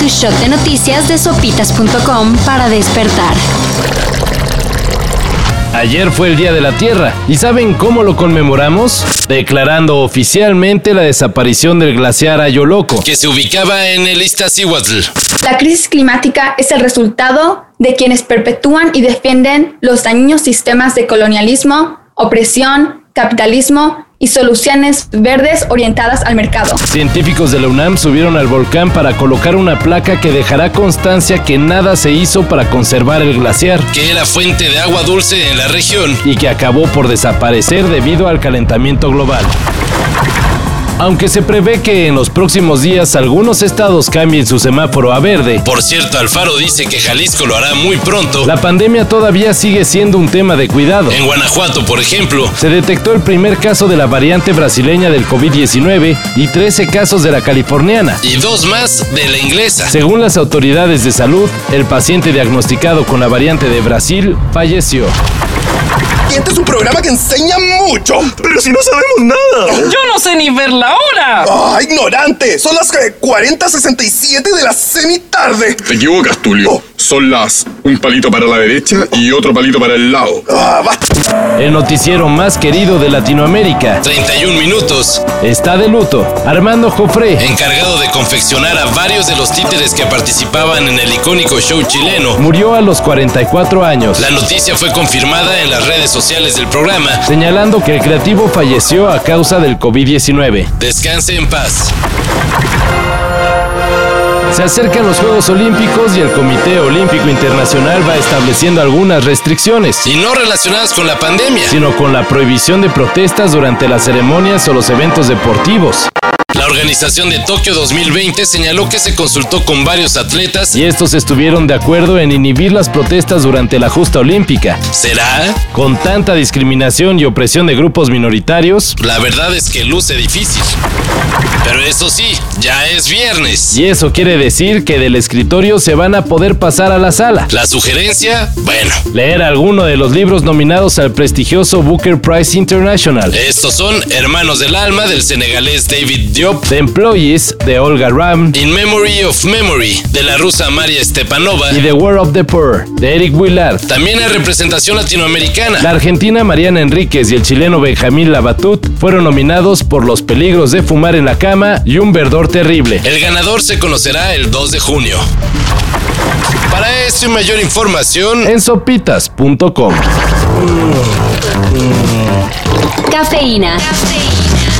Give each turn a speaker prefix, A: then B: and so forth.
A: Tu shot de noticias de sopitas.com para despertar.
B: Ayer fue el Día de la Tierra y ¿saben cómo lo conmemoramos? Declarando oficialmente la desaparición del glaciar Ayoloco, que se ubicaba en el Iztaccíhuatl.
C: La crisis climática es el resultado de quienes perpetúan y defienden los dañinos sistemas de colonialismo, opresión, capitalismo y soluciones verdes orientadas al mercado.
B: Científicos de la UNAM subieron al volcán para colocar una placa que dejará constancia que nada se hizo para conservar el glaciar, que era fuente de agua dulce en la región y que acabó por desaparecer debido al calentamiento global. Aunque se prevé que en los próximos días algunos estados cambien su semáforo a verde. Por cierto, Alfaro dice que Jalisco lo hará muy pronto. La pandemia todavía sigue siendo un tema de cuidado. En Guanajuato, por ejemplo, se detectó el primer caso de la variante brasileña del COVID-19 y 13 casos de la californiana. Y dos más de la inglesa. Según las autoridades de salud, el paciente diagnosticado con la variante de Brasil falleció.
D: Este es un programa que enseña mucho, pero si no sabemos nada.
E: Yo no sé ni ver la hora.
D: ¡Ah, ignorante! Son las eh, 40.67 de la semitarde. Oh.
F: Te equivocas, Tulio. Son las un palito para la derecha y otro palito para el lado.
D: ¡Ah, basta!
B: El noticiero más querido de Latinoamérica. 31 minutos. Está de luto. Armando Jofré, encargado de confeccionar a varios de los títeres que participaban en el icónico show chileno, murió a los 44 años. La noticia fue confirmada en las redes sociales del programa, señalando que el creativo falleció a causa del COVID-19. Descanse en paz. Se acercan los Juegos Olímpicos y el Comité Olímpico Internacional va estableciendo algunas restricciones. Y no relacionadas con la pandemia, sino con la prohibición de protestas durante las ceremonias o los eventos deportivos. La organización de Tokio 2020 señaló que se consultó con varios atletas y estos estuvieron de acuerdo en inhibir las protestas durante la justa olímpica. ¿Será? Con tanta discriminación y opresión de grupos minoritarios, la verdad es que luce difícil. Pero eso sí, ya es viernes. Y eso quiere decir que del escritorio se van a poder pasar a la sala. La sugerencia, bueno, leer alguno de los libros nominados al prestigioso Booker Prize International. Estos son Hermanos del Alma del senegalés David Diop, The Employees de Olga Ram, In Memory of Memory de la rusa Maria Stepanova y The War of the Poor de Eric Willard. También hay representación latinoamericana. La argentina Mariana Enríquez y el chileno Benjamín Labatut fueron nominados por Los peligros de fumar en la calle y un verdor terrible. El ganador se conocerá el 2 de junio. Para eso y mayor información en sopitas.com.
A: Cafeína.